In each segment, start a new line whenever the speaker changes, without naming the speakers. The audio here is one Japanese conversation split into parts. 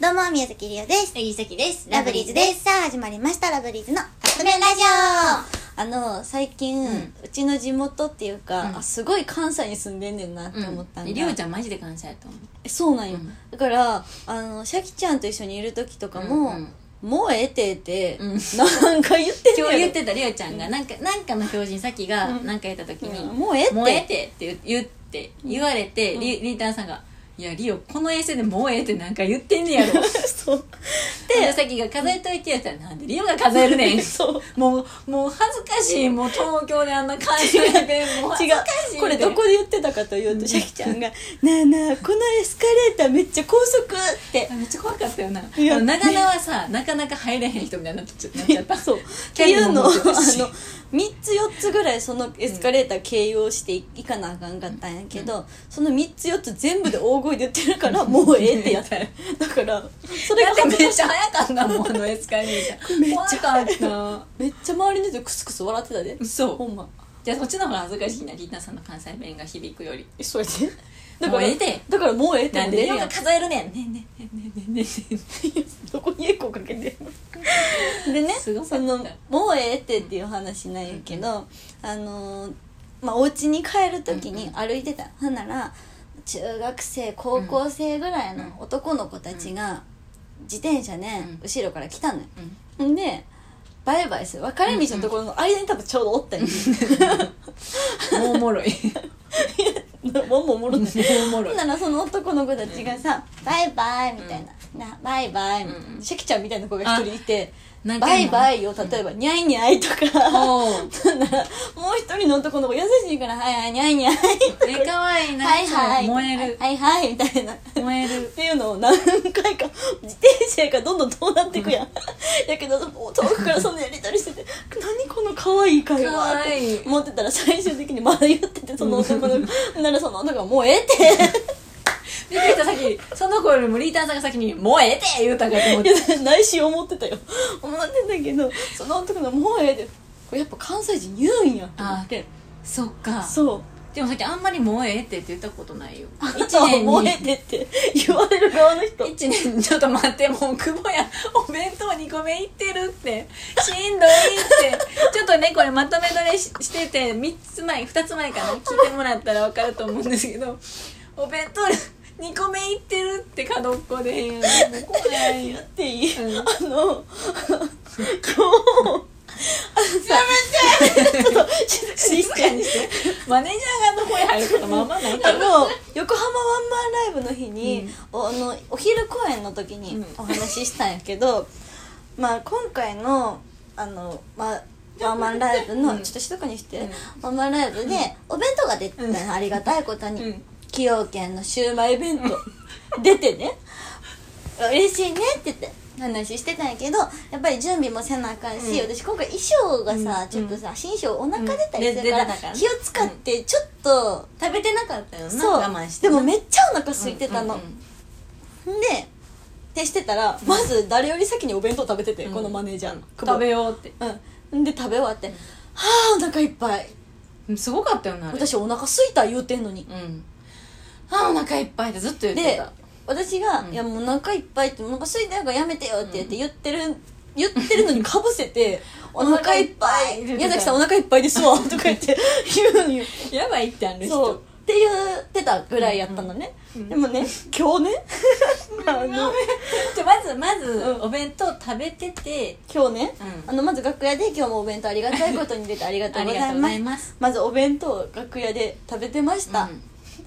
どうも、宮崎りおです。
柳崎です
ラブリーズです。さあ、始まりました、ラブリーズのカップ麺ラジオあの、最近、う
うん
ちの地元っていうか、
うん
あすごい関西に住んでんねんなって
うん
思ったんだ、
りょうちゃんマジで感謝やと 思う
そうなんよ、
うん
だからあのシャキちゃんと一緒にいる時とかも「
うん
もうええて」って、
うん
なんか言ってんね
今日言っ
ん
てたりょうちゃんがなんかなんかの表示さっきが
うん
なんか言った時に
もうええっ
「
て
もうええって」って言って言われて
うん
りりんたんさんが「いやりおこの衛星でもうええってなんか言ってんねやろ」
そう
でさっきが数えといてやったらなんでりおが数えるねん
そう
もうもう恥ずかしいもう東京であんな感じでもう 恥
違
ずかし
う
い
これどこで言ってたかというとシャキちゃんが「なあなあこのエスカレーターめっちゃ高速」って
あめっちゃ怖かったよなあ
いや
の長野はさなかなか入れへん人みたいになっちゃなっちゃっ た
そうっていうのをあ
キャリーも持ってるし
の3つ4つぐらいそのエスカレーター経由をしていいかなあかんかったんやけど、その3つ4つ全部で大声で言ってるから「もうええ」ってやっただからそれ
だ
が
っ
恥ず
て
か
めっ
しい
ちゃ早かったもんあのエスカレーター
めっ
怖
ちゃ
かった
めっちゃ周りの人クスクス笑ってたでほ
そうん
ま
じゃあそっちの方が恥ずかしいなリータさんの関西弁が響くより
えそれでだ
も
か
う
ら
ええて
だからもうええって
なん
もうえ
で
え
量
や
が
ん
数えるねんねんねんねんねんねんねんね
どこにエコーかけて んのでね
すごかった
その「もうええって」っていう話なんやけど、あのーまあお家に帰る時に歩いてたほんなら中学生高校生ぐらいの
うん
男の子たちが自転車ね、
うん
後ろから来たのよ
んうん
ほんでバイバイする分かれ道のところの間に多分ちょうどおったんよ
もうおもろい
もんもんもろない
もうおもろ
ほん
い
ならその男の子たちがさ「バイバイ」みたいな「なバイバイ」みたいな、
うんうん
シャキちゃんみたいな子が一人いて「
何
バイ
回も
バイ」を例えば「ニャイニャイ」とか、 も
おう
う一人の男の子優しいから「はいはいニャイニャイ」
えかわいいな
はいはい」
燃える
はいはい」みたいな。っ
燃える
ていうのを何回か自転車やからどんどんどうなっていくやん、やけど遠くからそのやり取りしてて「何この可愛い会話」
可
っ
愛い
て思ってたら最終的にまだ言っててその男の子ほんならその男が「もうええって」
びっくりした先にその子よりもリーターさんが先に「もうええて!」言うたんかと思っ
い
て
や内心思ってたよ思ってたけどその男の「もうええで」これやっぱ関西人言うんやと思って
そっか
そう
でもさっきあんまり「もうええって」って言ったことないよ
「あな
一
たは
年
もうえ
に
えで」って言われる側の人
一年ちょっと待ってもう久保やお弁当2個目いってるってしんどいってちょっとねこれまとめ撮れししてて3つ前2つ前かな聞いてもらったら分かると思うんですけどお弁当2個目いってるって角っこで言うのもう怖い
言
よ
っていい、
うん
あ の今日 ちょっと静かに
静
し
か
て
にしてマネージャーがの声入ることもあんまないか
あ
ら
の横浜ワンマンライブの日に、
うん
おあのお昼公演の時に
うん
お話ししたんやけど、まあ今回のあの、まあ、ワンマンライブの、
うん
ちょっと静かにして、
うん
ワンマンライブでお弁当が出てたの、
うん
ありがたいことに、
うん
崎陽軒のシューマイ弁当出てね嬉しいねって言って話してたんやけどやっぱり準備もせなあかんし、
うん
私今回衣装がさ、
うん
ちょっとさ新衣装お腹出たりするから,、
うん出てたからね
気を使ってちょっと。
食べてなかったよな
そう
我慢して
でも
っ
めっちゃお腹空いてたの、でってしてたらまず誰より先にお弁当食べてて、
うん
このマネージャーの
食べ
よ
ようって
う、ん、で食べ終わって「はあお腹いっぱい
すごかったよなあれ
私お腹空いた」言うてんのに、
うんあお腹いっぱいってずっと言って
で
た
私が「
うん
いやもうお腹いっぱい」って「お腹空いたからやめてよ」って言って言ってる言ってるのにかぶせ て「お腹いっぱい」
お腹いっぱい
宮崎さんお腹いっぱいですわ」とか言って言うのよ
やばいってある
そうっ
人
て言ってたぐらいやったのね、
うんうん
でもね今 日ねあの
じゃあまずまず
うん
お弁当食べてて
今日ね、
うん
あのまず楽屋で今日もお弁当ありがたいことに出てありがと
あ
うご
り
ざい
がとうご
ま
ざ
す
い
ま
ます
ずお弁当を楽屋で食べてました、
うん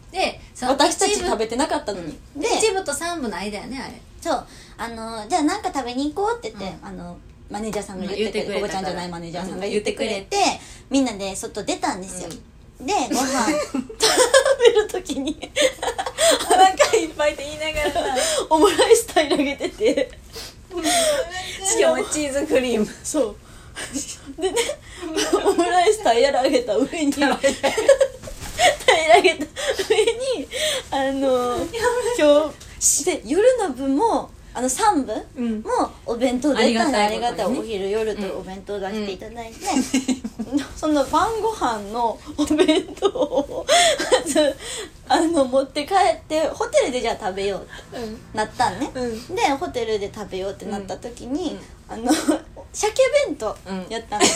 でその
私たち
一部
食べてなかったのに、で
一部と三部の間やねあれ
そうあのじゃあ何か食べに行こうって言って、
う
あのマネージャーさんが言って
言
く
ってく
れ
れ
てここち
た
ゃんじゃな
か
い
ら
マネージャーさんが
うん
言ってくれてみんなで外出たんですよ、でご飯食べる時 に
お腹いっぱいって言いながらさ
オムライス平らげてて
しかもチーズクリーム
そう でねオムライス平らげた上に平らげた上にあの今日で夜の分もあの3部
うん
もお弁当出たのあ
あ
り
り
が
が
た
た
い
いことにね
お昼夜とお弁当出していただいて、その晩ご飯の お弁当をまずあの持って帰ってホテルでじゃあ食べようって
う
なったんね、
う
でホテルで食べようってなった時に、あの 鮭弁当や ったの、で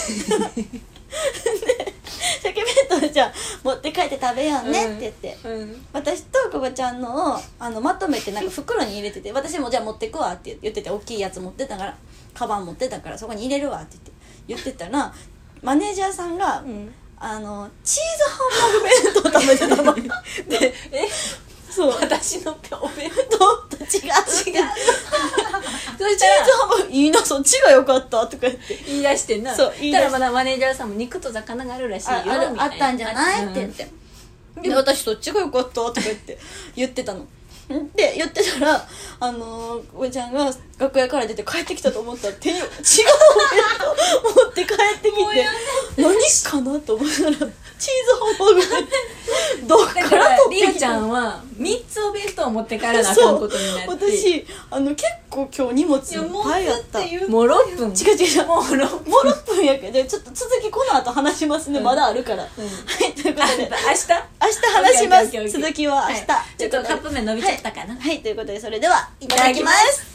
鮭弁当じゃあ持って帰って食べようねって言って、
んうん
私とここちゃんのをあのまとめてなんか袋に入れてて私もじゃあ持ってくわって言ってて大きいやつ持ってたからカバン持ってたからそこに入れるわって言って言ってたらマネージャーさんが、
ん
あのチーズハンバーグ弁当食べてたの
でえ
そう
私のお弁
と違う違う
当そし
チ
た
ーズ
ら
ハンバーグいいなそっちが良かったとか言って
言い出してんな
そう言い
言
出
た
し
らまだマネージャーさんも肉と魚があるらしいよ
ああ
み
るあ
い
ったんじゃないって言って、で私そっちが良かったとか言って言ってたので言ってたらあのー、おじちゃんが楽屋から出て帰ってきたと思ったら手に違うお弁当持って帰ってき
もうや
て何かなと思ったらチーズハンバーグどっ
だ
か
からら
取
リ
って
ア
き
ち
た
ゃ
の
んは3つお弁当を持って帰らなあかんことになって
私あの結構今日荷物
いや
い
もう
っぱいあった
って言う
もう6分
違う違う違う
もう6 分
もう6分やけどちょっと続きこの後話しますね、まだあるから、はいということで
明日
明日話しま
オッケーオッケーオッケ
す
ー
続きは明日、
はいちょっとカップ麺伸びちゃったかな
はい、はいということでそれではいただきます